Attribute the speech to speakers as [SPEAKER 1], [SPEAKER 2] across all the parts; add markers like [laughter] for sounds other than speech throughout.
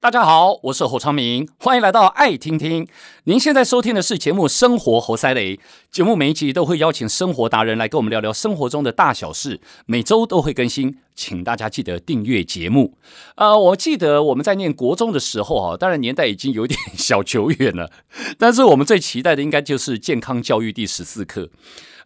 [SPEAKER 1] 大家好，我是侯昌明，欢迎来到爱听听。您现在收听的是节目《生活活塞雷》，节目每一集都会邀请生活达人来跟我们聊聊生活中的大小事，每周都会更新，请大家记得订阅节目。呃，我记得我们在念国中的时候啊，当然年代已经有点小久远了，但是我们最期待的应该就是健康教育第十四课。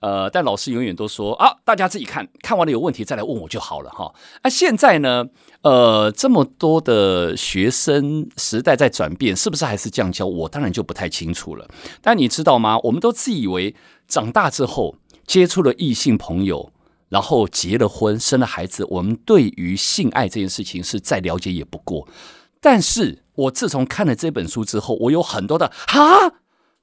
[SPEAKER 1] 呃，但老师永远都说啊，大家自己看看完了有问题再来问我就好了哈。那、现在呢，呃，这么多的学生时代在转变，是不是还是这样教？我当然就不太清楚了。但你知道吗？我们都自以为长大之后接触了异性朋友，然后结了婚、生了孩子，我们对于性爱这件事情是再了解也不过。但是我自从看了这本书之后，我有很多的啊，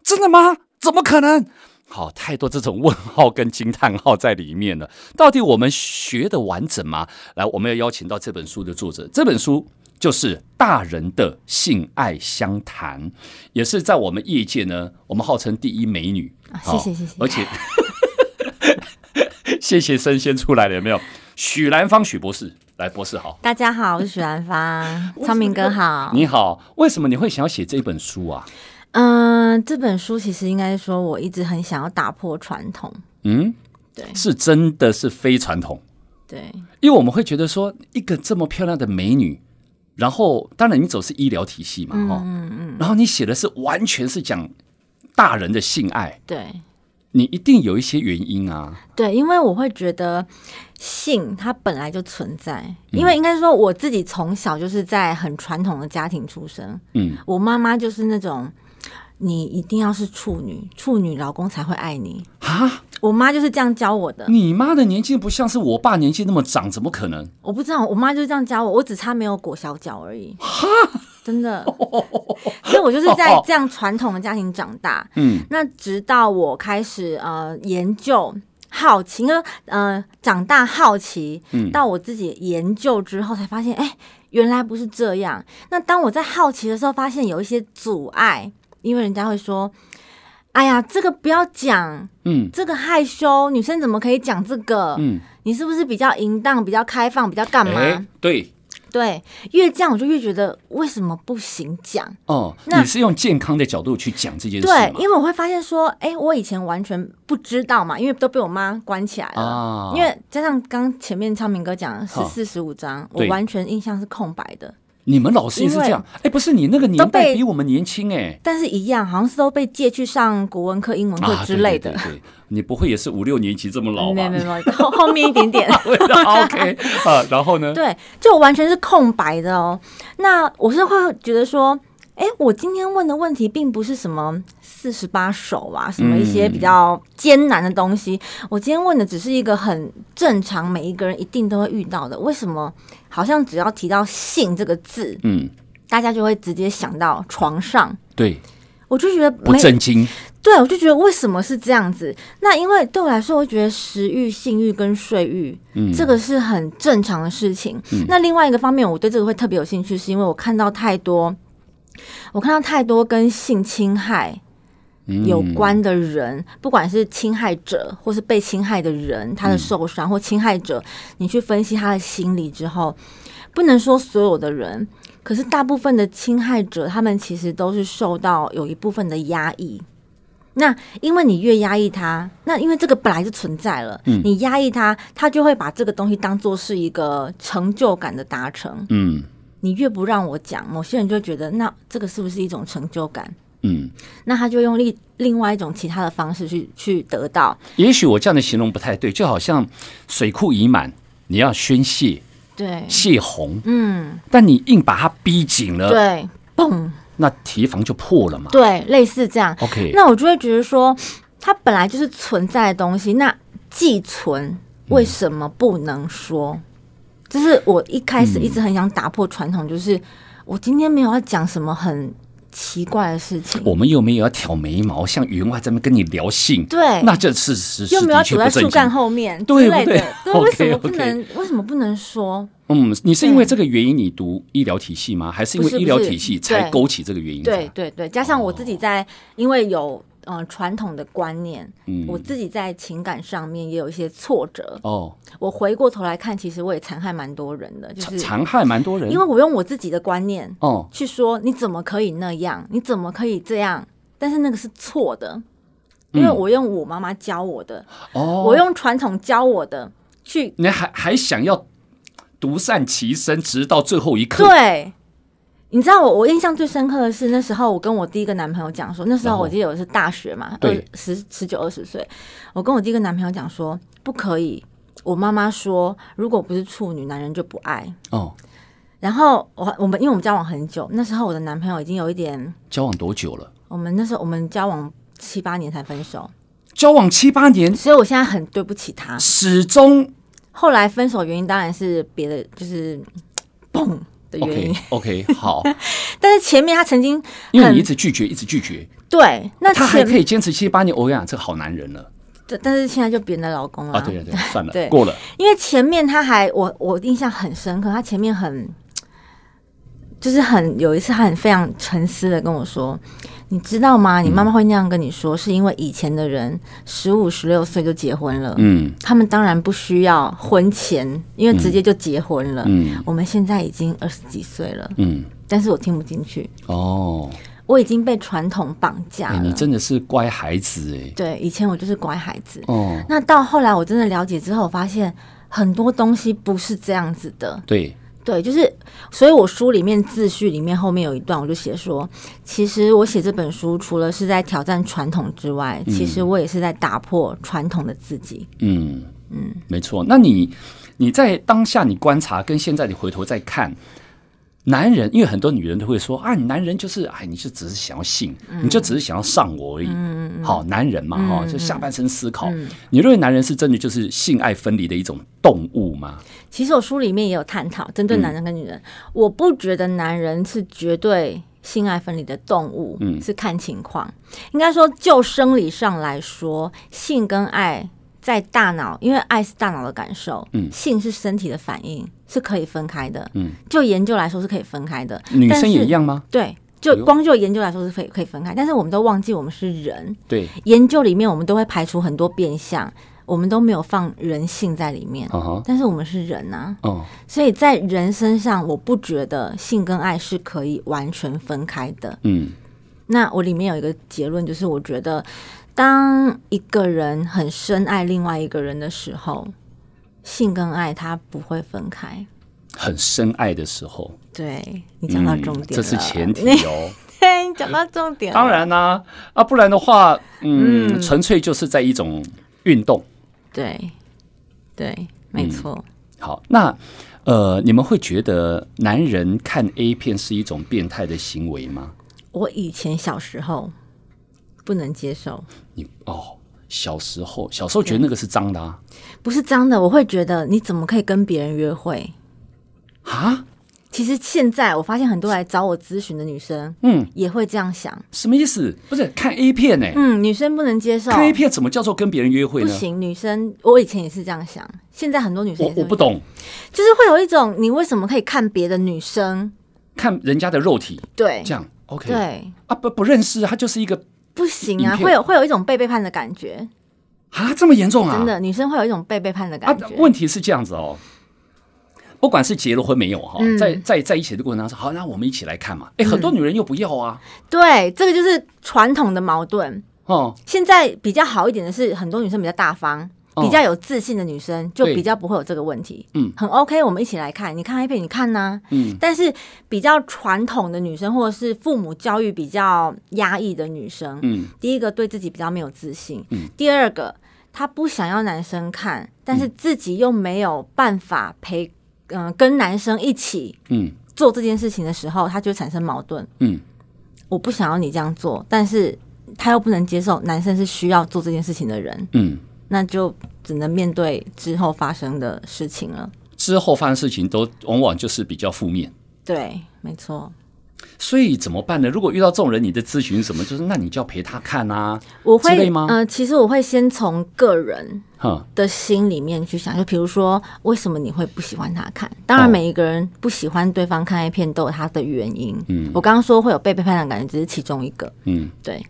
[SPEAKER 1] 真的吗？怎么可能？好，太多这种问号跟惊叹号在里面了。到底我们学的完整吗？来，我们要邀请到这本书的作者，这本书就是《大人的性爱相谈》，也是在我们业界呢，我们号称第一美女。
[SPEAKER 2] 啊，
[SPEAKER 1] 好
[SPEAKER 2] 谢谢谢谢。
[SPEAKER 1] 而且 [laughs] 谢谢生先出来了，有没有？许兰芳，许博士，来，博士好，
[SPEAKER 2] 大家好，我是许兰
[SPEAKER 1] [laughs]
[SPEAKER 2] 芳，昌明哥好。
[SPEAKER 1] 你好，为什么你会想要写这本书啊？
[SPEAKER 2] 嗯、这本书其实应该说，我一直很想要打破传统。
[SPEAKER 1] 嗯，
[SPEAKER 2] 对
[SPEAKER 1] 是真的是非传统，
[SPEAKER 2] 对
[SPEAKER 1] 因为我们会觉得说，一个这么漂亮的美女，然后当然你走是医疗体系
[SPEAKER 2] 嗯
[SPEAKER 1] 嘛，哈、然后你写的是完全是讲大人的性爱，
[SPEAKER 2] 对
[SPEAKER 1] 你一定有一些原因啊，
[SPEAKER 2] 对，因为我会觉得性它本来就存在，
[SPEAKER 1] 嗯
[SPEAKER 2] 因为应该说我自己从小就是在很传统的家庭出生，
[SPEAKER 1] 嗯，
[SPEAKER 2] 我妈妈就是那种你一定要是处女，处女老公才会爱你。
[SPEAKER 1] 哈，
[SPEAKER 2] 我妈就是这样教我的。
[SPEAKER 1] 你妈的年纪不像是我爸年纪那么长，怎么可能？
[SPEAKER 2] 我不知道，我妈就是这样教我，我只差没有裹小脚而已。真的，所以我就是在这样传统的家庭长大。
[SPEAKER 1] 嗯，
[SPEAKER 2] 那直到我开始呃研究好奇，因为呃长大好奇，到我自己研究之后才发现，哎、原来不是这样。那当我在好奇的时候，发现有一些阻碍，因为人家会说。哎呀，这个不要讲，
[SPEAKER 1] 嗯
[SPEAKER 2] 这个害羞，女生怎么可以讲这个？
[SPEAKER 1] 嗯，
[SPEAKER 2] 你是不是比较淫荡、比较开放、比较干嘛？
[SPEAKER 1] 哎，对，
[SPEAKER 2] 对，越这样我就越觉得为什么不行讲？
[SPEAKER 1] 哦，
[SPEAKER 2] 那
[SPEAKER 1] 你是用健康的角度去讲这件事
[SPEAKER 2] 对，
[SPEAKER 1] 嘛？
[SPEAKER 2] 因为我会发现说，哎，我以前完全不知道嘛，因为都被我妈关起来了。
[SPEAKER 1] 啊，
[SPEAKER 2] 因为加上刚前面昌明哥讲十
[SPEAKER 1] 好
[SPEAKER 2] 四十五章，我
[SPEAKER 1] 对
[SPEAKER 2] 完全印象是空白的，
[SPEAKER 1] 你们老师也是这样，哎，不是你那个年
[SPEAKER 2] 都
[SPEAKER 1] 代
[SPEAKER 2] 被
[SPEAKER 1] 比我们年轻哎。
[SPEAKER 2] 但是一样好像是都被借去上国文课、英文课之类的。
[SPEAKER 1] 啊、对对对对你不会也是五六年级这么老
[SPEAKER 2] 没
[SPEAKER 1] 吧 [laughs]
[SPEAKER 2] 有？没有没有，后后面一点点。 [laughs]
[SPEAKER 1] OK 啊，然后呢？
[SPEAKER 2] 对，就我完全是空白的哦。那我是会觉得说，哎，我今天问的问题并不是什么四十八首啊，什么一些比较艰难的东西。我今天问的只是一个很正常，每一个人一定都会遇到的。为什么好像只要提到性这个字，
[SPEAKER 1] 嗯，
[SPEAKER 2] 大家就会直接想到床上？
[SPEAKER 1] 对，
[SPEAKER 2] 我就觉得
[SPEAKER 1] 不
[SPEAKER 2] 没
[SPEAKER 1] 正经，
[SPEAKER 2] 对，我就觉得为什么是这样子？那因为对我来说，我觉得食欲、性欲跟睡欲，
[SPEAKER 1] 嗯
[SPEAKER 2] 这个是很正常的事情。那另外一个方面，我对这个会特别有兴趣，是因为我看到太多，我看到太多跟性侵害
[SPEAKER 1] 嗯
[SPEAKER 2] 有关的人，不管是侵害者或是被侵害的人，
[SPEAKER 1] 嗯
[SPEAKER 2] 他的受伤、或侵害者，你去分析他的心理之后，不能说所有的人。可是大部分的侵害者，他们其实都是受到有一部分的压抑。那因为你越压抑他，那因为这个本来就存在了，你压抑他，他就会把这个东西当做是一个成就感的达成。
[SPEAKER 1] 嗯
[SPEAKER 2] 你越不让我讲，某些人就会觉得，那这个是不是一种成就感？
[SPEAKER 1] 嗯。
[SPEAKER 2] 那他就用另另外一种其他的方式去去得到。
[SPEAKER 1] 也许我这样的形容不太对，就好像水库已满，你要宣泄
[SPEAKER 2] 对，
[SPEAKER 1] 泄洪，
[SPEAKER 2] 嗯，
[SPEAKER 1] 但你硬把它逼紧了，
[SPEAKER 2] 对，嘣，
[SPEAKER 1] 那堤防就破了嘛。
[SPEAKER 2] 对，类似这样。
[SPEAKER 1] OK，
[SPEAKER 2] 那我就会觉得说，它本来就是存在的东西，那既
[SPEAKER 1] 嗯
[SPEAKER 2] 存为什么不能说？这是我一开始一直很想打破传统，就是我今天没有要讲什么很奇怪的事情，
[SPEAKER 1] 我们又没有要挑眉毛，像员外在那边跟你聊性，
[SPEAKER 2] 对
[SPEAKER 1] 那这是是是
[SPEAKER 2] 又没有要
[SPEAKER 1] 的确
[SPEAKER 2] 躲
[SPEAKER 1] 不
[SPEAKER 2] 在
[SPEAKER 1] 正经
[SPEAKER 2] 树干。后面之
[SPEAKER 1] 对
[SPEAKER 2] 类
[SPEAKER 1] 不对
[SPEAKER 2] 的，对，为
[SPEAKER 1] [laughs]
[SPEAKER 2] 什么
[SPEAKER 1] OK，OK
[SPEAKER 2] 不能？为什么不能说？
[SPEAKER 1] 嗯，你是因为这个原因你读医疗体系吗？还是因为
[SPEAKER 2] 不是
[SPEAKER 1] 医疗
[SPEAKER 2] 不是
[SPEAKER 1] 体系才
[SPEAKER 2] 对
[SPEAKER 1] 勾起这个原因？
[SPEAKER 2] 对，对对，加上我自己在，因为有呃传统的观念，
[SPEAKER 1] 嗯
[SPEAKER 2] 我自己在情感上面也有一些挫折。
[SPEAKER 1] 哦，
[SPEAKER 2] 我回过头来看，其实我也残害蛮多人的，就
[SPEAKER 1] 残
[SPEAKER 2] 是
[SPEAKER 1] 残害蛮多人，
[SPEAKER 2] 因为我用我自己的观念
[SPEAKER 1] 哦，
[SPEAKER 2] 去说，你怎么可以那样？你怎么可以这样？但是那个是错的，因为
[SPEAKER 1] 嗯
[SPEAKER 2] 我用我妈妈教我的，
[SPEAKER 1] 哦，
[SPEAKER 2] 我用传统教我的去
[SPEAKER 1] 你还还想要独善其身，直到最后一刻，
[SPEAKER 2] 对，你知道我我印象最深刻的是那时候我跟我第一个男朋友讲说，那时
[SPEAKER 1] 然
[SPEAKER 2] 候
[SPEAKER 1] 后
[SPEAKER 2] 我记得我是大学嘛，二
[SPEAKER 1] 对
[SPEAKER 2] 十十九二十岁，我跟我第一个男朋友讲说不可以，我妈妈说如果不是处女，男人就不爱。
[SPEAKER 1] 哦，
[SPEAKER 2] 然后我我们因为我们交往很久，那时候我的男朋友已经有一点，
[SPEAKER 1] 交往多久了？
[SPEAKER 2] 我们那时候我们交往七八年才分手，
[SPEAKER 1] 交往七八年，
[SPEAKER 2] 所以我现在很对不起他。
[SPEAKER 1] 始终
[SPEAKER 2] 后来分手原因当然是别的，就是蹦的原因
[SPEAKER 1] OK OK
[SPEAKER 2] [laughs]
[SPEAKER 1] 好，
[SPEAKER 2] 但是前面他曾经
[SPEAKER 1] 因为
[SPEAKER 2] 很
[SPEAKER 1] 你一直拒绝，一直拒绝，
[SPEAKER 2] 对，那
[SPEAKER 1] 他还
[SPEAKER 2] 前
[SPEAKER 1] 可以坚持七八年，我跟你讲，这个好男人了
[SPEAKER 2] 对，但是现在就别人的老公了、
[SPEAKER 1] 啊！对
[SPEAKER 2] [laughs]
[SPEAKER 1] 对对，算了，
[SPEAKER 2] 对
[SPEAKER 1] 过了，
[SPEAKER 2] 因为前面他还我我印象很深刻，他前面很就是很有一次，他很非常沉思的跟我说：“你知道吗？
[SPEAKER 1] 嗯
[SPEAKER 2] 你妈妈会那样跟你说，是因为以前的人十五十六岁就结婚了，
[SPEAKER 1] 嗯
[SPEAKER 2] 他们当然不需要婚前，因为直接就结婚了。
[SPEAKER 1] 嗯
[SPEAKER 2] 我们现在已经二十几岁了，
[SPEAKER 1] 嗯，
[SPEAKER 2] 但是我听不进去，
[SPEAKER 1] 哦，
[SPEAKER 2] 我已经被传统绑架
[SPEAKER 1] 哎，
[SPEAKER 2] 了。
[SPEAKER 1] 你真的是乖孩子哎，
[SPEAKER 2] 对，以前我就是乖孩子，
[SPEAKER 1] 哦，
[SPEAKER 2] 那到后来我真的了解之后，我发现很多东西不是这样子的。
[SPEAKER 1] 对，
[SPEAKER 2] 对，就是，所以我书里面自序里面后面有一段，我就写说，其实我写这本书除了是在挑战传统之外，其实我也是在打破传统的自己。
[SPEAKER 1] 嗯嗯，没错。那你你在当下你观察，跟现在你回头再看，男人，因为很多女人都会说啊，你男人就是哎，你就只是想要性，你就只是想要上我而
[SPEAKER 2] 嗯
[SPEAKER 1] 已。好，男人嘛，哈、就下半身思考。你认为男人是真的就是性爱分离的一种动物吗？
[SPEAKER 2] 其实我书里面也有探讨针
[SPEAKER 1] 嗯
[SPEAKER 2] 对男人跟女人，我不觉得男人是绝对性爱分离的动物，
[SPEAKER 1] 嗯
[SPEAKER 2] 是看情况。应该说，就生理上来说，性跟爱在大脑，因为爱是大脑的感受，
[SPEAKER 1] 嗯
[SPEAKER 2] 性是身体的反应，是可以分开的。
[SPEAKER 1] 嗯，
[SPEAKER 2] 就研究来说是可以分开的，
[SPEAKER 1] 女生也一
[SPEAKER 2] 但是
[SPEAKER 1] 样吗？
[SPEAKER 2] 对。
[SPEAKER 1] 哎
[SPEAKER 2] 就
[SPEAKER 1] 呦
[SPEAKER 2] 光就研究来说是可以可以分开，但是我们都忘记我们是人。
[SPEAKER 1] 对，
[SPEAKER 2] 研究里面我们都会排除很多变相，我们都没有放人性在里面。
[SPEAKER 1] 啊哈，
[SPEAKER 2] 但是我们是人啊，
[SPEAKER 1] 哦，
[SPEAKER 2] 所以在人身上，我不觉得性跟爱是可以完全分开的。
[SPEAKER 1] 嗯
[SPEAKER 2] 那我里面有一个结论，就是我觉得，当一个人很深爱另外一个人的时候，性跟爱它不会分开。
[SPEAKER 1] 很深爱的时候，嗯
[SPEAKER 2] 对你讲到重点了、
[SPEAKER 1] 这是前提哦。
[SPEAKER 2] [laughs] 对，你讲到重点。
[SPEAKER 1] 当，然啦、啊，不然的话，嗯，纯粹就是在一种运动。
[SPEAKER 2] 对，对，
[SPEAKER 1] 嗯
[SPEAKER 2] 没错。
[SPEAKER 1] 好，那呃，你们会觉得男人看 A 片是一种变态的行为吗？
[SPEAKER 2] 我以前小时候不能接受，
[SPEAKER 1] 你哦，小时候小时候觉得那个是脏的啊，
[SPEAKER 2] 不是脏的，我会觉得你怎么可以跟别人约会？
[SPEAKER 1] 啊，
[SPEAKER 2] 其实现在我发现很多来找我咨询的女生
[SPEAKER 1] 嗯，
[SPEAKER 2] 也会这样想，
[SPEAKER 1] 什么意思？不是看 A 片呢、
[SPEAKER 2] 嗯，女生不能接受，
[SPEAKER 1] 看 A 片怎么叫做跟别人约会
[SPEAKER 2] 不
[SPEAKER 1] 呢？
[SPEAKER 2] 行，女生我以前也是这样想，现在很多女生
[SPEAKER 1] 我
[SPEAKER 2] 也是
[SPEAKER 1] 我不，懂，
[SPEAKER 2] 就是会有一种你为什么可以看别的女生？
[SPEAKER 1] 看人家的肉体
[SPEAKER 2] 对
[SPEAKER 1] 这样 OK
[SPEAKER 2] 对，
[SPEAKER 1] 啊，不不认识，他就是一个
[SPEAKER 2] 不行啊，
[SPEAKER 1] 影片
[SPEAKER 2] 会有会有一种被背叛的感觉，
[SPEAKER 1] 啊这么严重啊，
[SPEAKER 2] 真的，女生会有一种被背叛的
[SPEAKER 1] 啊
[SPEAKER 2] 感觉。，
[SPEAKER 1] 问题是这样子哦，不管是结了婚没有哈、
[SPEAKER 2] 嗯
[SPEAKER 1] 在在在一起的过程当中，好，那我们一起来看嘛，哎、很多女人又不要啊，
[SPEAKER 2] 对，这个就是传统的矛盾。
[SPEAKER 1] 哦。
[SPEAKER 2] 现在比较好一点的是，很多女生比较大方。
[SPEAKER 1] 哦
[SPEAKER 2] 比较有自信的女生就
[SPEAKER 1] 对
[SPEAKER 2] 比较不会有这个问题，
[SPEAKER 1] 嗯
[SPEAKER 2] 很 OK。我们一起来看，你看 A 片，你看呐、
[SPEAKER 1] 嗯
[SPEAKER 2] 但是比较传统的女生，或者是父母教育比较压抑的女生，
[SPEAKER 1] 嗯
[SPEAKER 2] 第一个对自己比较没有自信，
[SPEAKER 1] 嗯
[SPEAKER 2] 第二个她不想要男生看，但是自己又没有办法陪，嗯、跟男生一起
[SPEAKER 1] 嗯
[SPEAKER 2] 做这件事情的时候，她就会产生矛盾。
[SPEAKER 1] 嗯，
[SPEAKER 2] 我不想要你这样做，但是她又不能接受男生是需要做这件事情的人，
[SPEAKER 1] 嗯，
[SPEAKER 2] 那就只能面对之后发生的事情了。
[SPEAKER 1] 之后发生事情都往往就是比较负面，
[SPEAKER 2] 对，没错。
[SPEAKER 1] 所以怎么办呢？如果遇到这种人，你的咨询是什么就是，那你就要陪他看啊，
[SPEAKER 2] 我
[SPEAKER 1] 之
[SPEAKER 2] 会
[SPEAKER 1] 类吗，
[SPEAKER 2] 呃，其实我会先从个人
[SPEAKER 1] 哈，
[SPEAKER 2] 的心里面去想，就比如说，为什么你会不喜欢他看？当然，
[SPEAKER 1] 哦
[SPEAKER 2] 每一个人不喜欢对方看 A 片都有他的原因。
[SPEAKER 1] 嗯
[SPEAKER 2] 我刚刚说会有被背叛的感觉，只是其中一个。
[SPEAKER 1] 嗯
[SPEAKER 2] 对，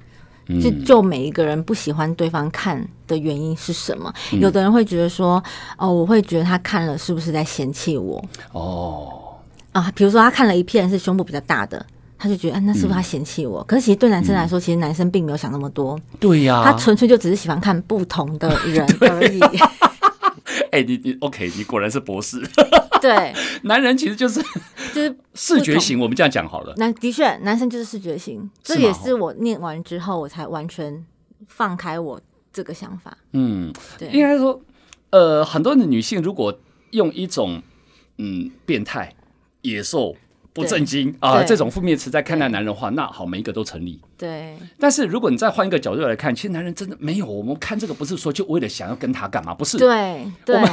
[SPEAKER 2] 就就每一个人不喜欢对方看的原因是什么？有的人会觉得说，哦，我会觉得他看了是不是在嫌弃我
[SPEAKER 1] 哦，
[SPEAKER 2] 啊？比如说他看了一片是胸部比较大的，他就觉得，啊，那是不是他嫌弃我？可是其实对男生来说，其实男生并没有想那么多，
[SPEAKER 1] 对呀、
[SPEAKER 2] 他纯粹就只是喜欢看不同的人而已。
[SPEAKER 1] [laughs] 哎、你你 OK，你果然是博士。 [laughs]
[SPEAKER 2] [laughs] 对，
[SPEAKER 1] 男人其实
[SPEAKER 2] [laughs]
[SPEAKER 1] 就是
[SPEAKER 2] 就是
[SPEAKER 1] 视觉型，我们这样讲好了。
[SPEAKER 2] 男的确，男生就是视觉型，这
[SPEAKER 1] 是吗
[SPEAKER 2] 也是我念完之后我才完全放开我这个想法。
[SPEAKER 1] 嗯，
[SPEAKER 2] 对，
[SPEAKER 1] 应该说，呃，很多的女性如果用一种嗯变态、野兽、不
[SPEAKER 2] 对
[SPEAKER 1] 正经啊、
[SPEAKER 2] 对
[SPEAKER 1] 这种负面词在看待男人的话，那好，每一个都成立。
[SPEAKER 2] 对
[SPEAKER 1] 但是如果你再换一个角度来看，其实男人真的没有。我们看这个不是说就为了想要跟他干嘛，不是。
[SPEAKER 2] 对对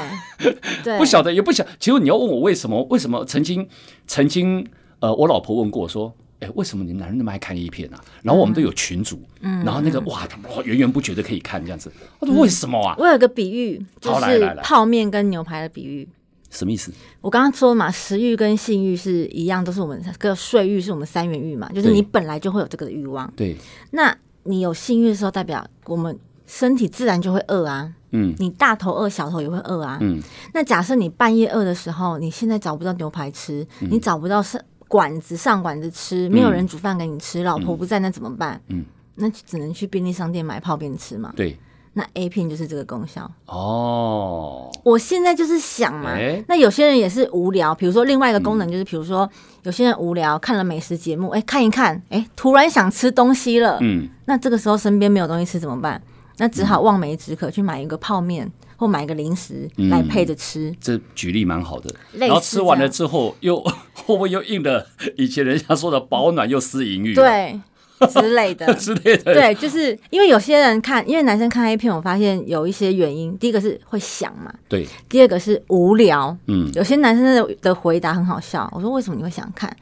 [SPEAKER 2] 对，
[SPEAKER 1] 不晓得也不晓。其实你要问我为什么？为什么曾经曾经呃，我老婆问过我说。哎，为什么你们男人那么爱看 A 片啊？然后我们都有群组，嗯，然后那个哇，他们哇源源不绝的可以看这样子。我说为什么啊？
[SPEAKER 2] 我有个比喻，就
[SPEAKER 1] 好来来
[SPEAKER 2] 是
[SPEAKER 1] 来
[SPEAKER 2] 泡面跟牛排的比喻。
[SPEAKER 1] 什么意思？
[SPEAKER 2] 我刚刚说嘛，食欲跟性欲是一样，都是我们个睡欲是我们三元欲嘛，就是
[SPEAKER 1] 对
[SPEAKER 2] 你本来就会有这个欲望。
[SPEAKER 1] 对，
[SPEAKER 2] 那你有性欲的时候，代表我们身体自然就会饿啊，
[SPEAKER 1] 嗯
[SPEAKER 2] 你大头饿，小头也会饿啊。
[SPEAKER 1] 嗯，
[SPEAKER 2] 那假设你半夜饿的时候，你现在找不到牛排吃，
[SPEAKER 1] 嗯
[SPEAKER 2] 你找不到是馆子上馆子吃，没有人煮饭给你吃，老婆不在，那怎么办？
[SPEAKER 1] 嗯，
[SPEAKER 2] 那就只能去便利商店买泡面吃嘛。
[SPEAKER 1] 对，
[SPEAKER 2] 那 A 片就是这个功效。
[SPEAKER 1] 哦，
[SPEAKER 2] 我现在就是想嘛，
[SPEAKER 1] 哎嗯
[SPEAKER 2] 那有些人也是无聊，比如说另外一个功能就是，比如说有些人无聊看了美食节目，哎、看一看，哎、突然想吃东西了，
[SPEAKER 1] 嗯，
[SPEAKER 2] 那这个时候身边没有东西吃怎么办？那只好望梅止渴，去买一个泡面或买一个零食
[SPEAKER 1] 嗯
[SPEAKER 2] 来配着吃。
[SPEAKER 1] 这举例蛮好的。
[SPEAKER 2] 类似
[SPEAKER 1] 然后吃完
[SPEAKER 2] 这
[SPEAKER 1] 了
[SPEAKER 2] 样
[SPEAKER 1] 之后，又 [laughs] 会不会又应了以前人家说的保暖又思淫欲？。
[SPEAKER 2] 对。
[SPEAKER 1] [laughs]
[SPEAKER 2] 之类的，
[SPEAKER 1] 啊之类的，
[SPEAKER 2] 对，就是因为有些人看，因为男生看 A 片，我发现有一些原因。第一个是会想嘛，
[SPEAKER 1] 对，
[SPEAKER 2] 第二个是无聊。
[SPEAKER 1] 嗯，
[SPEAKER 2] 有些男生的的回答很好笑，我说为什么你会想看？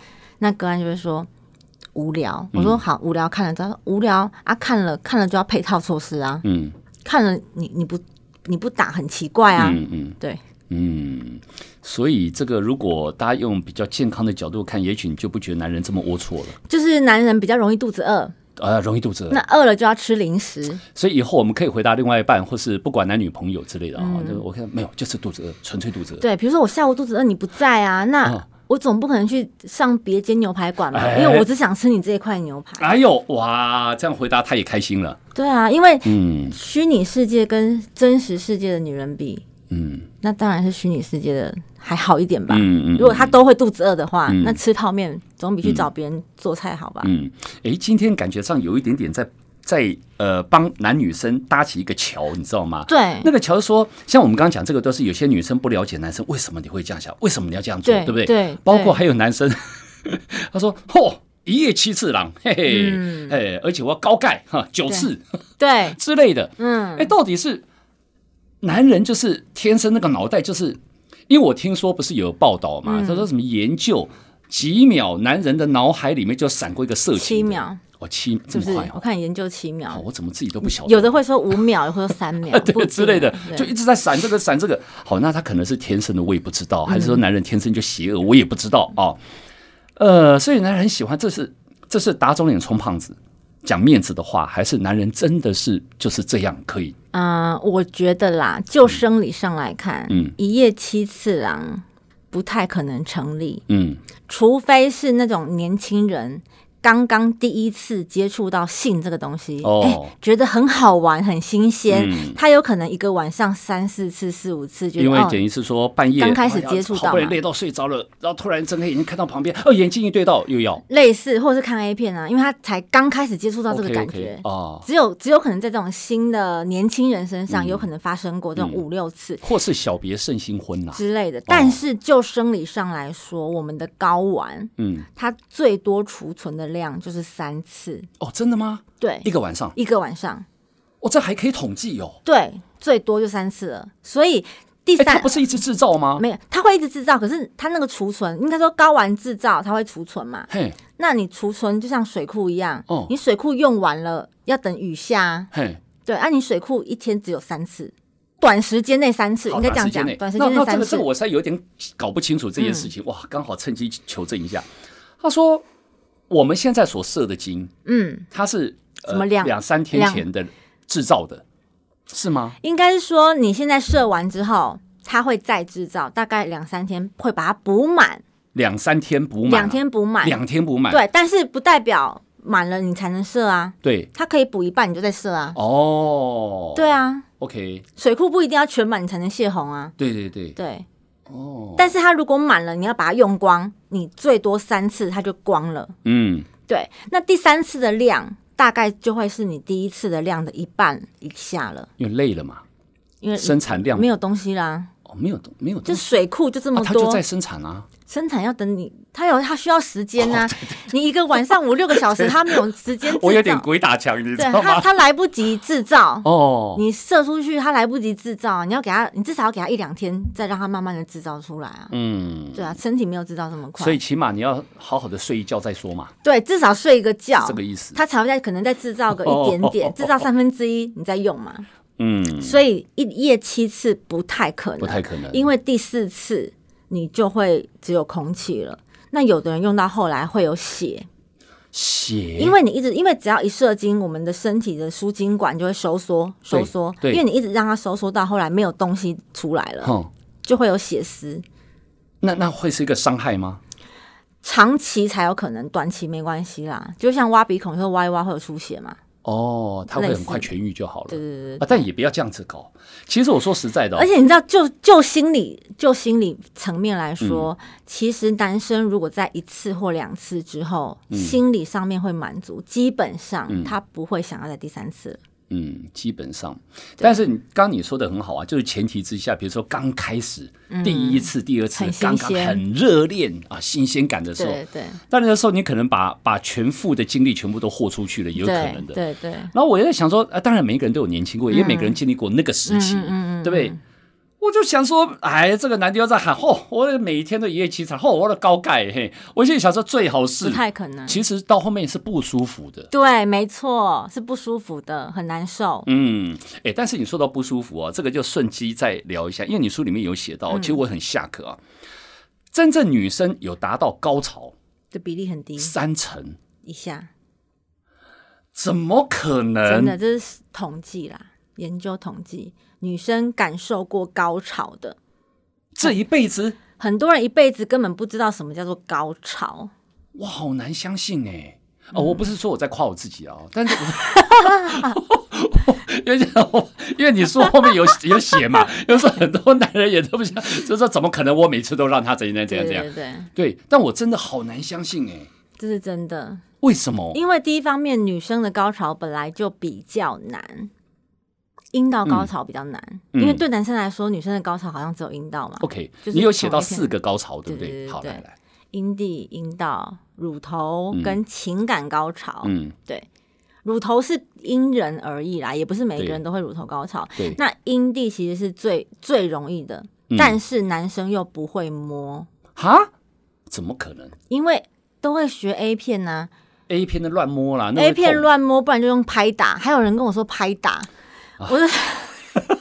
[SPEAKER 2] 那格兰就会说无聊。
[SPEAKER 1] 嗯
[SPEAKER 2] 我说好，无聊看了，他说无聊啊，看了看了就要配套措施啊，
[SPEAKER 1] 嗯，
[SPEAKER 2] 看了你你不你不打很奇怪啊，
[SPEAKER 1] 嗯嗯
[SPEAKER 2] 对
[SPEAKER 1] 嗯，所以这个如果大家用比较健康的角度看，也许你就不觉得男人这么龌龊了，
[SPEAKER 2] 就是男人比较容易肚子饿，
[SPEAKER 1] 呃，容易肚子饿。
[SPEAKER 2] 那饿了就要吃零食，
[SPEAKER 1] 所以以后我们可以回答另外一半，或是不管男女朋友之类的啊，就是我看没有，就是肚子饿，纯粹肚子饿。
[SPEAKER 2] 嗯对，比如说我下午肚子饿你不在
[SPEAKER 1] 哦
[SPEAKER 2] 啊，那我总不可能去上别间牛排馆嘛，
[SPEAKER 1] 哎
[SPEAKER 2] 因为我只想吃你这一块牛排，
[SPEAKER 1] 哎呦哇，这样回答他也开心了。
[SPEAKER 2] 对啊，因为
[SPEAKER 1] 嗯
[SPEAKER 2] 虚拟世界跟真实世界的女人比，
[SPEAKER 1] 嗯
[SPEAKER 2] 那当然是虚拟世界的还好一点吧。
[SPEAKER 1] 嗯嗯。
[SPEAKER 2] 如果他都会肚子饿的话，
[SPEAKER 1] 嗯
[SPEAKER 2] 那吃泡面总比去找别人做菜好吧？
[SPEAKER 1] 嗯，诶，今天感觉上有一点点在在呃帮男女生搭起一个桥，你知道吗？
[SPEAKER 2] 对
[SPEAKER 1] 那个桥说，像我们刚刚讲这个，都是有些女生不了解男生，为什么你会这样想？为什么你要这样做？
[SPEAKER 2] 对
[SPEAKER 1] 不对？
[SPEAKER 2] 对
[SPEAKER 1] 包括还有男生， [laughs] 他说：“嚯，一夜七次郎，嘿嘿，
[SPEAKER 2] 嗯
[SPEAKER 1] 哎，而且我要高钙哈，九次
[SPEAKER 2] 对，
[SPEAKER 1] 之类的。”哎，
[SPEAKER 2] 嗯，
[SPEAKER 1] 到底是男人就是天生那个脑袋就是，因为我听说不是有报道嘛，
[SPEAKER 2] 嗯
[SPEAKER 1] 他说什么研究几秒男人的脑海里面就闪过一个色情，
[SPEAKER 2] 七，秒
[SPEAKER 1] 哦，七
[SPEAKER 2] 是
[SPEAKER 1] 这
[SPEAKER 2] 不
[SPEAKER 1] 么
[SPEAKER 2] 是
[SPEAKER 1] 快？
[SPEAKER 2] 我
[SPEAKER 1] 哦，
[SPEAKER 2] 看研究七
[SPEAKER 1] 哦
[SPEAKER 2] 秒，
[SPEAKER 1] 我怎么自己都不晓得？
[SPEAKER 2] 有的会说五秒，有的会说三秒，不
[SPEAKER 1] [laughs] 对
[SPEAKER 2] 一定
[SPEAKER 1] 之类的，就
[SPEAKER 2] 对
[SPEAKER 1] 一直在闪这个闪这个。好，那他可能是天生的，我也不知道，
[SPEAKER 2] 嗯
[SPEAKER 1] 还是说男人天生就邪恶，我也不知道啊。呃，所以男人很喜欢，这是这是打肿脸充胖子，讲面子的话，还是男人真的是就是这样可以？
[SPEAKER 2] 嗯、我觉得啦，就生理上来看，
[SPEAKER 1] 嗯
[SPEAKER 2] 一夜七次郎不太可能成立，
[SPEAKER 1] 嗯
[SPEAKER 2] 除非是那种年轻人。刚刚第一次接触到性这个东西，哎、
[SPEAKER 1] 哦
[SPEAKER 2] 觉得很好玩、很新鲜，
[SPEAKER 1] 嗯。
[SPEAKER 2] 他有可能一个晚上三四次、四五次，觉得
[SPEAKER 1] 因为
[SPEAKER 2] 哦
[SPEAKER 1] 简易是说半夜
[SPEAKER 2] 刚开始接触到嘛
[SPEAKER 1] 好不容易累到睡着了，然后突然睁开眼睛看到旁边，哦，眼睛一对到又要
[SPEAKER 2] 类似，或者是看 A 片啊，因为他才刚开始接触到这个
[SPEAKER 1] OK，OK，
[SPEAKER 2] 感觉。
[SPEAKER 1] 啊，
[SPEAKER 2] 只有只有可能在这种新的年轻人身上，有可能发生过这种
[SPEAKER 1] 嗯哦
[SPEAKER 2] 五六次
[SPEAKER 1] 或是小别胜新婚啦。
[SPEAKER 2] 之类的。但是就生理上来说，我们的睾丸
[SPEAKER 1] 嗯，
[SPEAKER 2] 它最多储存的量就是三次，
[SPEAKER 1] 哦，真的吗？
[SPEAKER 2] 对
[SPEAKER 1] 一，个晚上，
[SPEAKER 2] 一个晚上，
[SPEAKER 1] 哦，这还可以统计哦。
[SPEAKER 2] 对，最多就三次了。所以第
[SPEAKER 1] 哎，它
[SPEAKER 2] 三
[SPEAKER 1] 不是一直制造吗？
[SPEAKER 2] 没有，它会一直制造，可是它那个储存，应该说睾丸制造，它会储存嘛。
[SPEAKER 1] 嘿，
[SPEAKER 2] 那你储存就像水库一样，
[SPEAKER 1] 哦
[SPEAKER 2] 你水库用完了要等雨下啊，
[SPEAKER 1] 嘿，
[SPEAKER 2] 对，啊，你水库一天只有三次，短时间内三次，
[SPEAKER 1] 好
[SPEAKER 2] 应该这样
[SPEAKER 1] 短时间
[SPEAKER 2] 讲
[SPEAKER 1] 内，
[SPEAKER 2] 短时间内
[SPEAKER 1] 那那这
[SPEAKER 2] 三
[SPEAKER 1] 个这
[SPEAKER 2] 次嗯
[SPEAKER 1] 个，我实在有点搞不清楚这件事情，哇，刚好趁机求证一下。他说我们现在所射的精，
[SPEAKER 2] 嗯，
[SPEAKER 1] 它是呃
[SPEAKER 2] 什么两
[SPEAKER 1] 两三天
[SPEAKER 2] 两
[SPEAKER 1] 前的制造的，是吗？
[SPEAKER 2] 应该是说你现在射完之后，它会再制造，大概两三天会把它补满，
[SPEAKER 1] 两三天补满啊，
[SPEAKER 2] 两天补满，
[SPEAKER 1] 两天补满，
[SPEAKER 2] 对，但是不代表满了你才能射啊，
[SPEAKER 1] 对
[SPEAKER 2] 它可以补一半你就再射啊，
[SPEAKER 1] 哦，
[SPEAKER 2] 对啊，
[SPEAKER 1] ，OK，
[SPEAKER 2] 水库不一定要全满你才能泄洪啊，
[SPEAKER 1] 对对对，
[SPEAKER 2] 对，
[SPEAKER 1] 哦，
[SPEAKER 2] 但是它如果满了，你要把它用光，你最多三次它就光了，
[SPEAKER 1] 嗯，
[SPEAKER 2] 对，那第三次的量大概就会是你第一次的量的一半以下了，
[SPEAKER 1] 因为累了嘛，
[SPEAKER 2] 因为
[SPEAKER 1] 生产量
[SPEAKER 2] 嗯没有东西啦，
[SPEAKER 1] 哦没有东没有
[SPEAKER 2] 就
[SPEAKER 1] 东西，
[SPEAKER 2] 水库就这么
[SPEAKER 1] 啊，它
[SPEAKER 2] 多，
[SPEAKER 1] 就在生产啊，
[SPEAKER 2] 生产要等你，它有它需要时间
[SPEAKER 1] 哦
[SPEAKER 2] 呐、你一个晚上五六个小时，它没有时间制造，
[SPEAKER 1] [laughs] 我有点鬼打墙，你知
[SPEAKER 2] 对
[SPEAKER 1] 道
[SPEAKER 2] 它
[SPEAKER 1] 吗？
[SPEAKER 2] 它来不及制造。
[SPEAKER 1] 哦，
[SPEAKER 2] 你射出去，它来不及制造，你要给它，你至少要给它一两天，再让它慢慢的制造出来啊。
[SPEAKER 1] 嗯，
[SPEAKER 2] 对啊，身体没有制造这么快，
[SPEAKER 1] 所以起码你要好好的睡一觉再说嘛，
[SPEAKER 2] 对，至少睡一个觉
[SPEAKER 1] 是这，个哦意思。
[SPEAKER 2] 它才会再可能再制造个一点点，制造三分之一，你再用嘛。
[SPEAKER 1] 嗯，
[SPEAKER 2] 所以一夜七次不太可能，
[SPEAKER 1] 不太可能，
[SPEAKER 2] 因为第四次你就会只有空气了。那有的人用到后来会有血，
[SPEAKER 1] 血，
[SPEAKER 2] 因为你一直，因为只要一射精，我们的身体的输精管就会收缩，收缩，
[SPEAKER 1] 对哦
[SPEAKER 2] 因为你一直让它收缩到后来没有东西出来了，
[SPEAKER 1] 哼，
[SPEAKER 2] 就会有血丝。
[SPEAKER 1] 那那会是一个伤害吗？
[SPEAKER 2] 长期才有可能，短期没关系啦。就像挖鼻孔，就挖一挖会有出血嘛。
[SPEAKER 1] 哦，它会
[SPEAKER 2] 类
[SPEAKER 1] 很快
[SPEAKER 2] 似
[SPEAKER 1] 痊愈就好了
[SPEAKER 2] 对对对
[SPEAKER 1] 啊，但也不要这样子搞。其实我说实在的哦、
[SPEAKER 2] 而且你知道，就就心理就心理层面来说，
[SPEAKER 1] 嗯
[SPEAKER 2] 其实男生如果在一次或两次之后，
[SPEAKER 1] 嗯
[SPEAKER 2] 心理上面会满足，基本上他不会想要在第三次了。
[SPEAKER 1] 嗯，基本上，但是你刚刚你说的很好啊，就是前提之下，比如说刚开始、第一次、第二次
[SPEAKER 2] 嗯很，新
[SPEAKER 1] 刚刚
[SPEAKER 2] 鲜
[SPEAKER 1] 很热恋啊，新鲜感的时候，
[SPEAKER 2] 对对
[SPEAKER 1] 但那时候你可能把把全副的精力全部都豁出去了，也有可
[SPEAKER 2] 对
[SPEAKER 1] 能的。
[SPEAKER 2] 对对，
[SPEAKER 1] 然后我也在想说，啊，当然每一个人都有年轻过，因为每个人经历过那个时期，
[SPEAKER 2] 嗯嗯嗯嗯
[SPEAKER 1] 对不对？我就想说，哎，这个男的要在喊，吼、我每天都一夜凄惨，吼、我的高钙，嘿，我现在想说最好
[SPEAKER 2] 不
[SPEAKER 1] 是，
[SPEAKER 2] 太可能。
[SPEAKER 1] 其实到后面是不舒服的。
[SPEAKER 2] 对，没错，是不舒服的，很难受。
[SPEAKER 1] 嗯，哎，但是你说到不舒服啊，这个就顺机再聊一下，因为你书里面有写到，其
[SPEAKER 2] 嗯
[SPEAKER 1] 实我很下课啊。真正女生有达到高潮
[SPEAKER 2] 这比例很低
[SPEAKER 1] 三成，
[SPEAKER 2] 一下，
[SPEAKER 1] 怎么可
[SPEAKER 2] 真的
[SPEAKER 1] 能？
[SPEAKER 2] 这是统计啦，研究统计，女生感受过高潮的，
[SPEAKER 1] 这一辈子，
[SPEAKER 2] 很多人一辈子根本不知道什么叫做高潮。
[SPEAKER 1] 哇，好难相信哎、
[SPEAKER 2] 嗯
[SPEAKER 1] 哦，我不是说我在夸我自己啊，但是我，因为因为你说后面有有写嘛，就是很多男人也都不想，就说怎么可能我每次都让他怎样怎
[SPEAKER 2] 对
[SPEAKER 1] 样怎样？
[SPEAKER 2] 对对，
[SPEAKER 1] 对，但我真的好难相信哎、
[SPEAKER 2] 这是真的。
[SPEAKER 1] 为什么？
[SPEAKER 2] 因为第一方面，女生的高潮本来就比较难，阴道高潮比较难，
[SPEAKER 1] 嗯哦
[SPEAKER 2] 因为对男生来说，女生的高潮好像只有阴道嘛，
[SPEAKER 1] OK，
[SPEAKER 2] 就是
[SPEAKER 1] 你有写到
[SPEAKER 2] 同一
[SPEAKER 1] 四个高潮，对不
[SPEAKER 2] 对对对
[SPEAKER 1] 好，
[SPEAKER 2] 对
[SPEAKER 1] 来来，
[SPEAKER 2] 阴蒂、阴道、乳头
[SPEAKER 1] 嗯
[SPEAKER 2] 跟情感高潮。
[SPEAKER 1] 嗯，
[SPEAKER 2] 对，乳头是因人而异啦，也不是每个
[SPEAKER 1] 对
[SPEAKER 2] 人都会乳头高潮。
[SPEAKER 1] 对，
[SPEAKER 2] 那阴蒂其实是最最容易的，
[SPEAKER 1] 嗯
[SPEAKER 2] 但是男生又不会摸，
[SPEAKER 1] 哈，怎么可能
[SPEAKER 2] 因为都会学 A 片啊呐、
[SPEAKER 1] ？A 片的乱摸啦那
[SPEAKER 2] a
[SPEAKER 1] 会
[SPEAKER 2] 片
[SPEAKER 1] 痛
[SPEAKER 2] 乱摸，不然就用拍打。还有人跟我说拍打，
[SPEAKER 1] 啊
[SPEAKER 2] 我就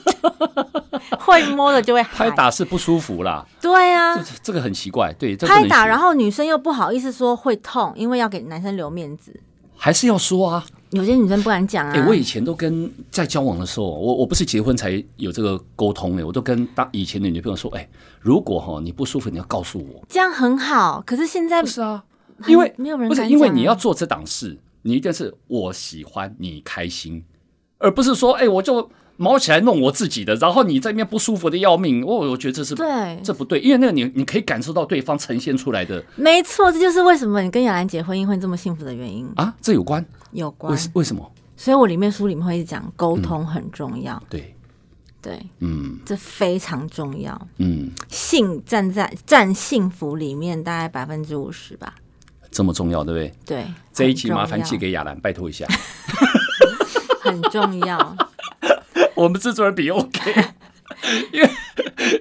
[SPEAKER 2] [laughs] 会摸的就会
[SPEAKER 1] 拍
[SPEAKER 2] 嗨，
[SPEAKER 1] 打是不舒服啦，
[SPEAKER 2] 对
[SPEAKER 1] 这
[SPEAKER 2] 啊，
[SPEAKER 1] 这个很奇怪，对，这不
[SPEAKER 2] 拍
[SPEAKER 1] 能
[SPEAKER 2] 打，
[SPEAKER 1] 学
[SPEAKER 2] 然后女生又不好意思说会痛，因为要给男生留面子。
[SPEAKER 1] 还是要说啊，
[SPEAKER 2] 有些女生不敢讲啊，
[SPEAKER 1] 哎，我以前都跟在交往的时候，我我不是结婚才有这个沟通的，我都跟当以前的女朋友说，哎，如果哈你不舒服，你要告诉我，
[SPEAKER 2] 这样很好，可是现在
[SPEAKER 1] 不是啊，因为
[SPEAKER 2] 没有人
[SPEAKER 1] 不是
[SPEAKER 2] 敢
[SPEAKER 1] 因为
[SPEAKER 2] 讲
[SPEAKER 1] 你
[SPEAKER 2] 啊
[SPEAKER 1] 要做这档事，你一定是我喜欢你开心，而不是说哎、我就毛起来弄我自己的，然后你这边不舒服的要命，哦我我觉得这是
[SPEAKER 2] 对，
[SPEAKER 1] 这不对，因为那个你你可以感受到对方呈现出来的
[SPEAKER 2] 没错，这就是为什么你跟雅兰结婚姻会这么幸福的原因
[SPEAKER 1] 啊，这有关
[SPEAKER 2] 有
[SPEAKER 1] 为
[SPEAKER 2] 关。
[SPEAKER 1] 为什么？
[SPEAKER 2] 所以我里面书里面会讲沟
[SPEAKER 1] 嗯
[SPEAKER 2] 通很重要，
[SPEAKER 1] 对，
[SPEAKER 2] 对，
[SPEAKER 1] 嗯
[SPEAKER 2] 这非常重要。
[SPEAKER 1] 嗯，
[SPEAKER 2] 性站在占幸福里面大概百分之五十吧，
[SPEAKER 1] 这么重要，对不对？
[SPEAKER 2] 对。
[SPEAKER 1] 这一集麻烦寄
[SPEAKER 2] 很重
[SPEAKER 1] 给雅兰，拜托一下，
[SPEAKER 2] 要很重
[SPEAKER 1] [laughs]
[SPEAKER 2] 要，
[SPEAKER 1] 我们制作人比 OK。因为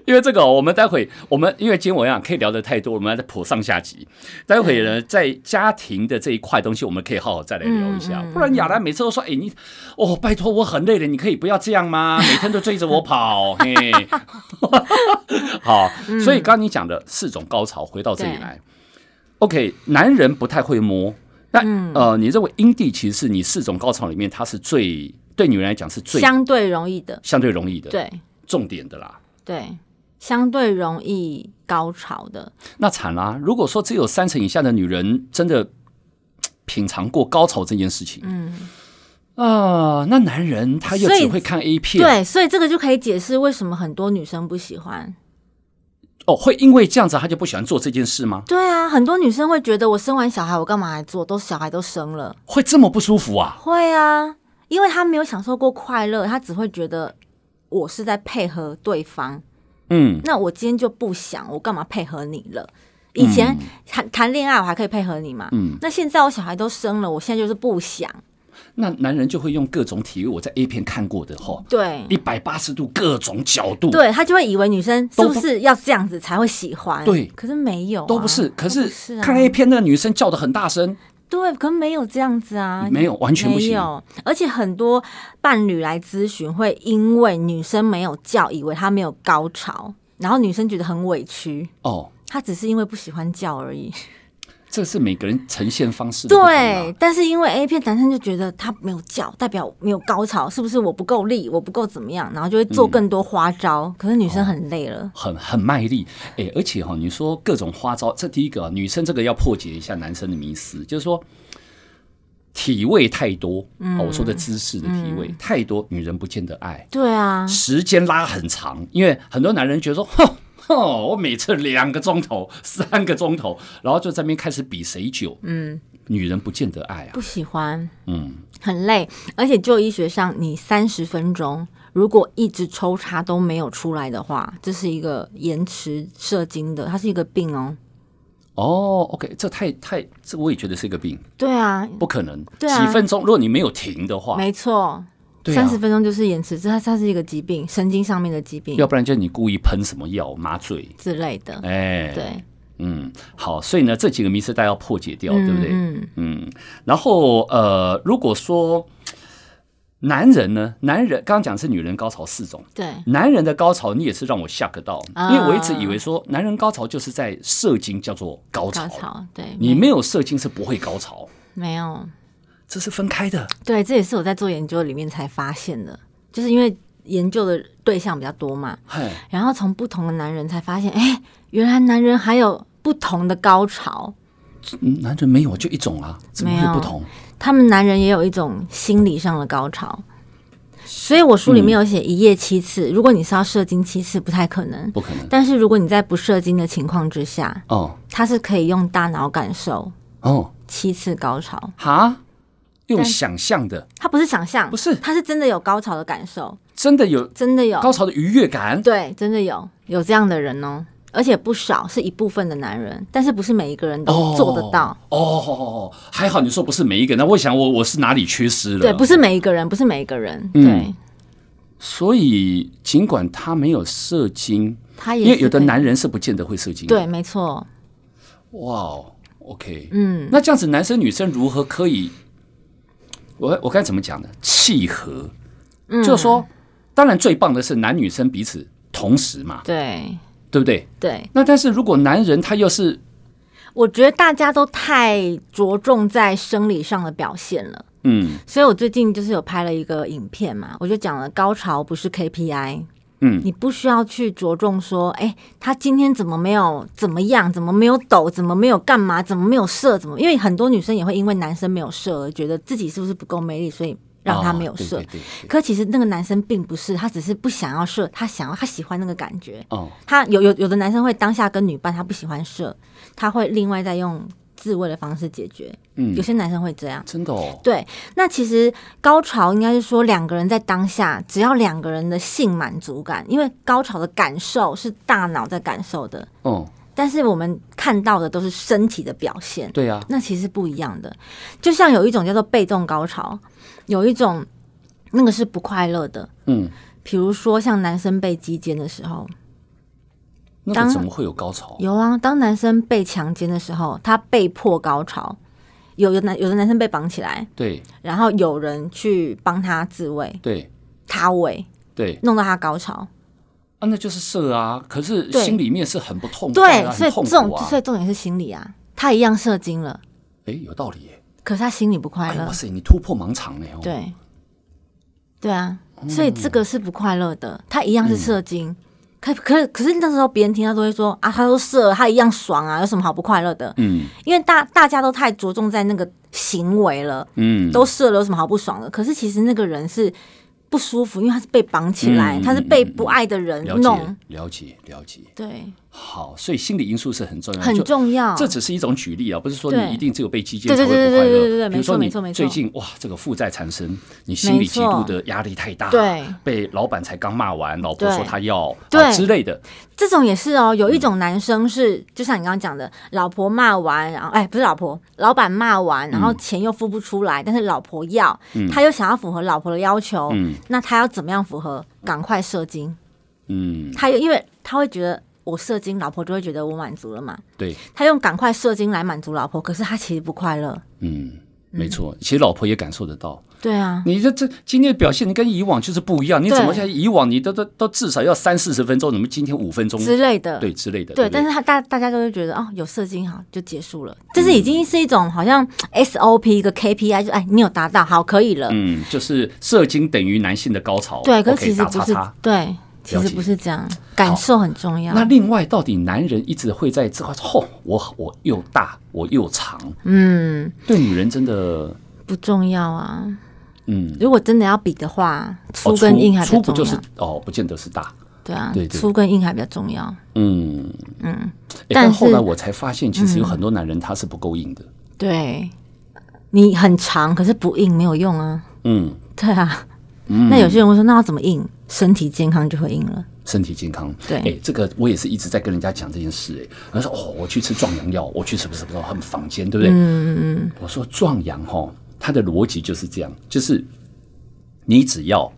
[SPEAKER 1] 因为这个哦、我们待会我们因为今天我想可以聊的太多，我们还在剖上下集。待会呢，在家庭的这一块东西，我们可以好好再来聊一下。不然亚兰每次都说：“哎、你哦，拜托，我很累了，你可以不要这样吗？每天都追着我跑。”嘿， [laughs] 好，所以刚刚你讲的四种高潮，回到这里来。OK，男人不太会摸，那、呃，你认为阴蒂其实是你四种高潮里面，它是最对女人来讲是最
[SPEAKER 2] 相对容易的，
[SPEAKER 1] 相对容易的，，
[SPEAKER 2] 对
[SPEAKER 1] 重点的啦。
[SPEAKER 2] 对，相对容易高潮的，
[SPEAKER 1] 那惨啦、如果说只有三成以下的女人真的嘖品尝过高潮这件事情，
[SPEAKER 2] 嗯，
[SPEAKER 1] 啊、那男人他又
[SPEAKER 2] 所以
[SPEAKER 1] 只会看 A 片，
[SPEAKER 2] 对，所以这个就可以解释为什么很多女生不喜欢。
[SPEAKER 1] 哦，会因为这样子他就不喜欢做这件事吗？
[SPEAKER 2] 对啊，很多女生会觉得我生完小孩，我干嘛还做？都小孩都生了，
[SPEAKER 1] 会这么不舒服啊？
[SPEAKER 2] 会啊，因为她没有享受过快乐，她只会觉得我是在配合对方。
[SPEAKER 1] 嗯，
[SPEAKER 2] 那我今天就不想，我干嘛配合你了？以前谈谈恋爱我还可以配合你嘛，
[SPEAKER 1] 嗯
[SPEAKER 2] 那现在我小孩都生了，我现在就是不想。
[SPEAKER 1] 那男人就会用各种体育，我在 A 片看过的吼，
[SPEAKER 2] 对
[SPEAKER 1] 一百八十度各种角度，
[SPEAKER 2] 对，他就会以为女生是
[SPEAKER 1] 都
[SPEAKER 2] 不
[SPEAKER 1] 不
[SPEAKER 2] 是要这样子才会喜欢？
[SPEAKER 1] 对
[SPEAKER 2] 可是没有啊、
[SPEAKER 1] 都不是。可
[SPEAKER 2] 都
[SPEAKER 1] 是
[SPEAKER 2] 不是啊
[SPEAKER 1] 看 A 片那个女生叫的很大声，
[SPEAKER 2] 对，可是没有这样子啊，
[SPEAKER 1] 没有完全不
[SPEAKER 2] 没
[SPEAKER 1] 行。
[SPEAKER 2] 有，而且很多伴侣来咨询，会因为女生没有叫，以为她没有高潮，然后女生觉得很委屈，
[SPEAKER 1] 哦，
[SPEAKER 2] 她只是因为不喜欢叫而已。
[SPEAKER 1] 这是每个人呈现方式的不同啊
[SPEAKER 2] 对，，但是因为 A 片男生就觉得他没有叫，代表没有高潮，是不是我不够力，我不够怎么样，然后就会做更多花招。
[SPEAKER 1] 嗯
[SPEAKER 2] 可是女生很累了，
[SPEAKER 1] 很很卖力，哎，而且哈、你说各种花招，这第一个啊、女生这个要破解一下男生的迷思，就是说体位太多，哦，我说
[SPEAKER 2] 嗯
[SPEAKER 1] 的姿势的体位、太多，女人不见得爱，
[SPEAKER 2] 对啊，
[SPEAKER 1] 时间拉很长，因为很多男人觉得说，哼。哼，我每次两个钟头、三个钟头，然后就在那边开始比谁久。
[SPEAKER 2] 嗯，
[SPEAKER 1] 女人不见得爱啊
[SPEAKER 2] 不，喜欢，
[SPEAKER 1] 嗯，
[SPEAKER 2] 很累，而且就医学上，你三十分钟如果一直抽插都没有出来的话，这是一个延迟射精的，它是一个病哦。
[SPEAKER 1] 哦，OK，这太太，这我也觉得是一个病，
[SPEAKER 2] 对啊，
[SPEAKER 1] 不可能。
[SPEAKER 2] 对啊
[SPEAKER 1] 几分钟，如果你没有停的话，
[SPEAKER 2] 没错，
[SPEAKER 1] 对
[SPEAKER 2] 三
[SPEAKER 1] 啊
[SPEAKER 2] 十、，分钟就是延迟，这它它是一个疾病，神经上面的疾病
[SPEAKER 1] 要不然就是你故意喷什么药麻醉，
[SPEAKER 2] 之类的。
[SPEAKER 1] 哎，，
[SPEAKER 2] 对，
[SPEAKER 1] 嗯，好，所以呢，这几个迷思大家要破解掉，哦对不对？
[SPEAKER 2] 嗯，嗯
[SPEAKER 1] 嗯，然后呃，如果说男人呢，男人刚刚讲是女人高潮四种。
[SPEAKER 2] 对，
[SPEAKER 1] 男人的高潮，你也是让我吓个到，因
[SPEAKER 2] 啊
[SPEAKER 1] 为我一直以为说男人高潮就是在射精叫做高潮
[SPEAKER 2] 高，潮，对，
[SPEAKER 1] 你
[SPEAKER 2] 没
[SPEAKER 1] 没有射精是不会高潮，
[SPEAKER 2] 没有？
[SPEAKER 1] 这是分开的。
[SPEAKER 2] 对，这也是我在做研究里面才发现的，就是因为研究的对象比较多嘛，
[SPEAKER 1] 嘿，
[SPEAKER 2] 然后从不同的男人才发现，哎，原来男人还有不同的高潮，
[SPEAKER 1] 嗯男人没有就一种啊，怎么
[SPEAKER 2] 没
[SPEAKER 1] 会
[SPEAKER 2] 有
[SPEAKER 1] 不同？
[SPEAKER 2] 他们男人也有一种心理上的高潮。所以我书里面
[SPEAKER 1] 嗯
[SPEAKER 2] 有写一夜七次，如果你是要射精七次，不太可能。
[SPEAKER 1] 不可能
[SPEAKER 2] 但是如果你在不射精的情况之下，
[SPEAKER 1] 哦
[SPEAKER 2] 它是可以用大脑感受
[SPEAKER 1] 哦
[SPEAKER 2] 七次高潮，
[SPEAKER 1] 哈，用
[SPEAKER 2] 但
[SPEAKER 1] 想象的，
[SPEAKER 2] 它不是想象，
[SPEAKER 1] 不是
[SPEAKER 2] 它是真的有高潮的感受，
[SPEAKER 1] 真的有
[SPEAKER 2] 真的有。
[SPEAKER 1] 高潮的愉悦感。
[SPEAKER 2] 对，真的有有这样的人哦，而且不少，是一部分的男人，但是不是每一个人都做得到。
[SPEAKER 1] 哦哦哦，还好你说不是每一个，那我想我我是哪里缺失了？
[SPEAKER 2] 对，不是每一个人，不是每一个人，
[SPEAKER 1] 嗯
[SPEAKER 2] 对
[SPEAKER 1] 所以尽管他没有射精，
[SPEAKER 2] 他也
[SPEAKER 1] 因为
[SPEAKER 2] 是
[SPEAKER 1] 有的
[SPEAKER 2] 可以
[SPEAKER 1] 男人是不见得会射精的。
[SPEAKER 2] 对，没错，
[SPEAKER 1] 哇哦，OK，
[SPEAKER 2] 嗯，
[SPEAKER 1] 那这样子男生女生如何可以？我我该怎么讲呢？契合，就是说，当然最棒的是男女生彼此同时嘛，
[SPEAKER 2] 对
[SPEAKER 1] 对不对？
[SPEAKER 2] 对，
[SPEAKER 1] 那但是如果男人他又是
[SPEAKER 2] 我觉得大家都太着重在生理上的表现了。
[SPEAKER 1] 嗯
[SPEAKER 2] 所以我最近就是有拍了一个影片嘛，我就讲了高潮不是 KPI，
[SPEAKER 1] 嗯
[SPEAKER 2] 你不需要去着重说，哎、他今天怎么没有怎么样，怎么没有抖，怎么没有干嘛，怎么没有射，怎么？因为很多女生也会因为男生没有射而觉得自己是不是不够魅力，所以让他没有射。
[SPEAKER 1] 哦、对对对对
[SPEAKER 2] 可其实那个男生并不是，他只是不想要射，他想要他喜欢那个感觉。
[SPEAKER 1] 哦
[SPEAKER 2] 他有有有的男生会当下跟女伴他不喜欢射，他会另外再用自慰的方式解决。
[SPEAKER 1] 嗯
[SPEAKER 2] 有，些男生会这样。
[SPEAKER 1] 真的哦，
[SPEAKER 2] 对，那其实高潮应该是说两个人在当下，只要两个人的性满足感，因为高潮的感受是大脑在感受的，
[SPEAKER 1] 哦
[SPEAKER 2] 但是我们看到的都是身体的表现，
[SPEAKER 1] 对啊，
[SPEAKER 2] 那其实不一样的。就像有一种叫做被动高潮，有一种那个是不快乐的，
[SPEAKER 1] 嗯，
[SPEAKER 2] 比如说像男生被击奸的时候，
[SPEAKER 1] 那
[SPEAKER 2] 当
[SPEAKER 1] 个怎么会有高潮？
[SPEAKER 2] 有啊，当男生被强奸的时候，他被迫高潮。有的男有的男生被绑起来，
[SPEAKER 1] 对
[SPEAKER 2] 然后有人去帮他自慰，
[SPEAKER 1] 对
[SPEAKER 2] 他喂，
[SPEAKER 1] 对
[SPEAKER 2] 弄到他高潮。
[SPEAKER 1] 啊，那就是射啊，可是
[SPEAKER 2] 对
[SPEAKER 1] 心里面是很不痛快
[SPEAKER 2] 对
[SPEAKER 1] 啊，
[SPEAKER 2] 所以
[SPEAKER 1] 很痛
[SPEAKER 2] 这种
[SPEAKER 1] 苦啊
[SPEAKER 2] 所。以重点是心理啊，他一样射精了，
[SPEAKER 1] 哎，有道理耶，
[SPEAKER 2] 可是他心里不快
[SPEAKER 1] 哎呦
[SPEAKER 2] 乐
[SPEAKER 1] 哇。塞，你突破盲肠了哦！，
[SPEAKER 2] 对，对啊，
[SPEAKER 1] 嗯
[SPEAKER 2] 所以这个是不快乐的，他一样是射精。可可可是那时候别人听他都会说啊，他都射了，他一样爽啊，有什么好不快乐的？
[SPEAKER 1] 嗯
[SPEAKER 2] 因为大大家都太着重在那个行为了，
[SPEAKER 1] 嗯，
[SPEAKER 2] 都射了有什么好不爽的？可是其实那个人是不舒服，因为他是被绑起来，
[SPEAKER 1] 嗯
[SPEAKER 2] 他是被不爱的人
[SPEAKER 1] 了
[SPEAKER 2] 弄
[SPEAKER 1] 解，了解了解。
[SPEAKER 2] 对，
[SPEAKER 1] 好，所以心理因素是很重要的，
[SPEAKER 2] 很
[SPEAKER 1] 嗯就
[SPEAKER 2] 重要。
[SPEAKER 1] 这只是一种举例啊，不是说
[SPEAKER 2] 对
[SPEAKER 1] 你一定只有被击剑
[SPEAKER 2] 对
[SPEAKER 1] 才
[SPEAKER 2] 对
[SPEAKER 1] 会不
[SPEAKER 2] 对
[SPEAKER 1] 快
[SPEAKER 2] 对对对
[SPEAKER 1] 乐。
[SPEAKER 2] 对
[SPEAKER 1] 比如说
[SPEAKER 2] 没错
[SPEAKER 1] 你
[SPEAKER 2] 没错没错
[SPEAKER 1] 最近哇，这个负债缠身，你心理
[SPEAKER 2] 没
[SPEAKER 1] 极
[SPEAKER 2] 错
[SPEAKER 1] 度的压力太大，
[SPEAKER 2] 对，
[SPEAKER 1] 被老板才刚骂完，老婆
[SPEAKER 2] 对
[SPEAKER 1] 说她要啊
[SPEAKER 2] 对
[SPEAKER 1] 之类的，
[SPEAKER 2] 这种也是哦，有一
[SPEAKER 1] 嗯
[SPEAKER 2] 种男生是，就像你刚刚讲的，老婆骂完，然后哎，不是老婆，老板骂完，然后
[SPEAKER 1] 嗯
[SPEAKER 2] 钱又付不出来，但是老婆要，他又想要符合老婆的要求，
[SPEAKER 1] 嗯
[SPEAKER 2] 那他要怎么样符合？赶快射精，
[SPEAKER 1] 嗯，
[SPEAKER 2] 他又因为他会觉得我射精，老婆就会觉得我满足了嘛，
[SPEAKER 1] 对，
[SPEAKER 2] 他用赶快射精来满足老婆，可是他其实不快乐，
[SPEAKER 1] 嗯，没错，其实老婆也感受得到，
[SPEAKER 2] 对啊，
[SPEAKER 1] 你这这今天的表现跟以往就是不一样，你怎么
[SPEAKER 2] 对
[SPEAKER 1] 像以往你都都都至少要三四十分钟，怎么今天五分钟，
[SPEAKER 2] 之类的，
[SPEAKER 1] 嗯对之类的，
[SPEAKER 2] 对，
[SPEAKER 1] 不
[SPEAKER 2] 但是他大大家都会觉得哦，有射精好就结束了，这
[SPEAKER 1] 嗯
[SPEAKER 2] 是已经是一种好像 SOP 一个 KPI，就哎你有达到好可以了，
[SPEAKER 1] 嗯，就是射精等于男性的高潮，
[SPEAKER 2] 对，可是
[SPEAKER 1] OK，
[SPEAKER 2] 其实
[SPEAKER 1] 打
[SPEAKER 2] 不
[SPEAKER 1] 叉
[SPEAKER 2] 是
[SPEAKER 1] 叉。
[SPEAKER 2] 对，其
[SPEAKER 1] 了
[SPEAKER 2] 实
[SPEAKER 1] 解
[SPEAKER 2] 不是这样，感受很重要
[SPEAKER 1] 那。另外，到底男人一直会在这块，吼、我我又大，我又长，
[SPEAKER 2] 嗯，
[SPEAKER 1] 对女人真的，
[SPEAKER 2] 不重要啊。
[SPEAKER 1] 嗯，
[SPEAKER 2] 如果真的要比的话，
[SPEAKER 1] 哦
[SPEAKER 2] 粗跟硬还比
[SPEAKER 1] 粗
[SPEAKER 2] 较
[SPEAKER 1] 不
[SPEAKER 2] 重要。
[SPEAKER 1] 就是哦，不见得是大，
[SPEAKER 2] 对啊，
[SPEAKER 1] 对对
[SPEAKER 2] 粗跟硬还比较重要。
[SPEAKER 1] 嗯
[SPEAKER 2] 嗯
[SPEAKER 1] 诶
[SPEAKER 2] 但
[SPEAKER 1] 但后
[SPEAKER 2] 是嗯
[SPEAKER 1] 来我才发现，其实有很多男人他是不够硬的，
[SPEAKER 2] 对，你很长，可是不硬没有用啊。
[SPEAKER 1] 嗯，
[SPEAKER 2] 对啊，那有些人会说，那要怎么硬？身体健康就会硬了。
[SPEAKER 1] 身体健康，
[SPEAKER 2] 对
[SPEAKER 1] 哎，这个我也是一直在跟人家讲这件事，哎，他说哦，我去吃壮阳药，我去什么什么什么，他们房间，对不对？
[SPEAKER 2] 嗯，
[SPEAKER 1] 我说壮阳哈，它的逻辑就是这样，就是你只要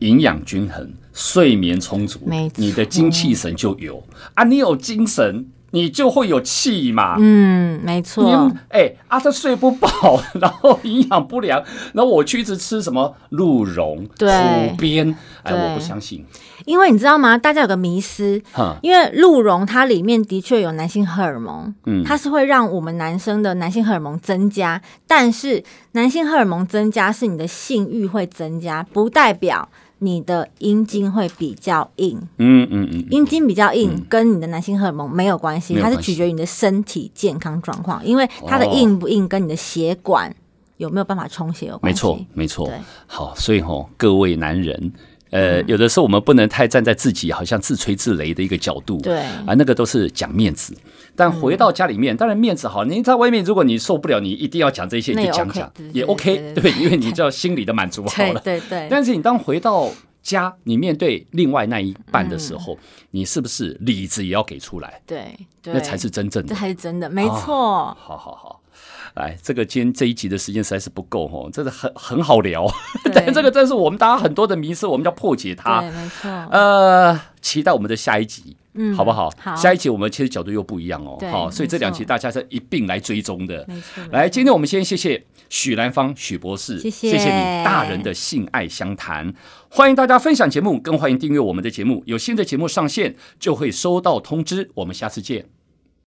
[SPEAKER 1] 营养均衡、睡眠充足
[SPEAKER 2] 没，错
[SPEAKER 1] 你的精气神就有啊，你有精神，你就会有气嘛。
[SPEAKER 2] 嗯，没
[SPEAKER 1] 你
[SPEAKER 2] 错，
[SPEAKER 1] 哎、啊，他睡不饱， [laughs] 然后营养不良，然后我去一直吃什么鹿茸、
[SPEAKER 2] 对
[SPEAKER 1] 湖边，哎，
[SPEAKER 2] 对
[SPEAKER 1] 我不相信，
[SPEAKER 2] 因为你知道吗？大家有个迷思，
[SPEAKER 1] 哈，
[SPEAKER 2] 因为鹿茸它里面的确有男性荷尔蒙，
[SPEAKER 1] 嗯
[SPEAKER 2] 它是会让我们男生的男性荷尔蒙增加，但是男性荷尔蒙增加是你的性欲会增加，不代表你的阴茎会比较硬。
[SPEAKER 1] 嗯嗯嗯，
[SPEAKER 2] 阴茎比较硬、跟你的男性荷尔蒙没有关系，
[SPEAKER 1] 没有
[SPEAKER 2] 它
[SPEAKER 1] 关系
[SPEAKER 2] 是取决于你的身体健康状况，因为它的硬不硬跟你的血管有没有办法充血有关
[SPEAKER 1] 没
[SPEAKER 2] 系。
[SPEAKER 1] 错，没错
[SPEAKER 2] 对。嗯
[SPEAKER 1] 好，所以吼，各位男人，呃，有的时候我们不能太站在自己好像自吹自擂的一个角度，
[SPEAKER 2] 对嗯
[SPEAKER 1] 啊，那个都是讲面子。但回到家里面，当然面子好，你在外面，如果你受不了，你一定要讲这些，
[SPEAKER 2] 那
[SPEAKER 1] 你
[SPEAKER 2] 也
[SPEAKER 1] 就讲
[SPEAKER 2] OK，
[SPEAKER 1] 讲
[SPEAKER 2] 对对
[SPEAKER 1] 也
[SPEAKER 2] 对
[SPEAKER 1] OK，
[SPEAKER 2] 对
[SPEAKER 1] 对
[SPEAKER 2] 对
[SPEAKER 1] 不对？因为你知道心里的满足好
[SPEAKER 2] [laughs] 对
[SPEAKER 1] 了。
[SPEAKER 2] 对对，
[SPEAKER 1] 但是你当回到家，你面对另外那一半的时候，你是不是里子也要给出来？
[SPEAKER 2] 对嗯对，
[SPEAKER 1] 那才是真正的哦
[SPEAKER 2] 这。才是真的，没错。
[SPEAKER 1] 好好好，来，这个今天这一集的时间实在是不够哦，真的很很好聊，
[SPEAKER 2] 对
[SPEAKER 1] 但这个真是我们大家很多的迷思，我们要破解它
[SPEAKER 2] 对，。没错。
[SPEAKER 1] 呃，期待我们的下一集。
[SPEAKER 2] 嗯
[SPEAKER 1] 好不好？
[SPEAKER 2] 好
[SPEAKER 1] 下一集我们其实角度又不一样哦。
[SPEAKER 2] 对
[SPEAKER 1] 好，所以
[SPEAKER 2] 没
[SPEAKER 1] 这两
[SPEAKER 2] 错
[SPEAKER 1] 集大家是一并来追踪的。
[SPEAKER 2] 没错，
[SPEAKER 1] 来，今天我们先谢谢许兰芳许博士，
[SPEAKER 2] 谢谢
[SPEAKER 1] 你大人的性爱相谈，欢迎大家分享节目，更欢迎订阅我们的节目，有新的节目上线就会收到通知。我们下次见，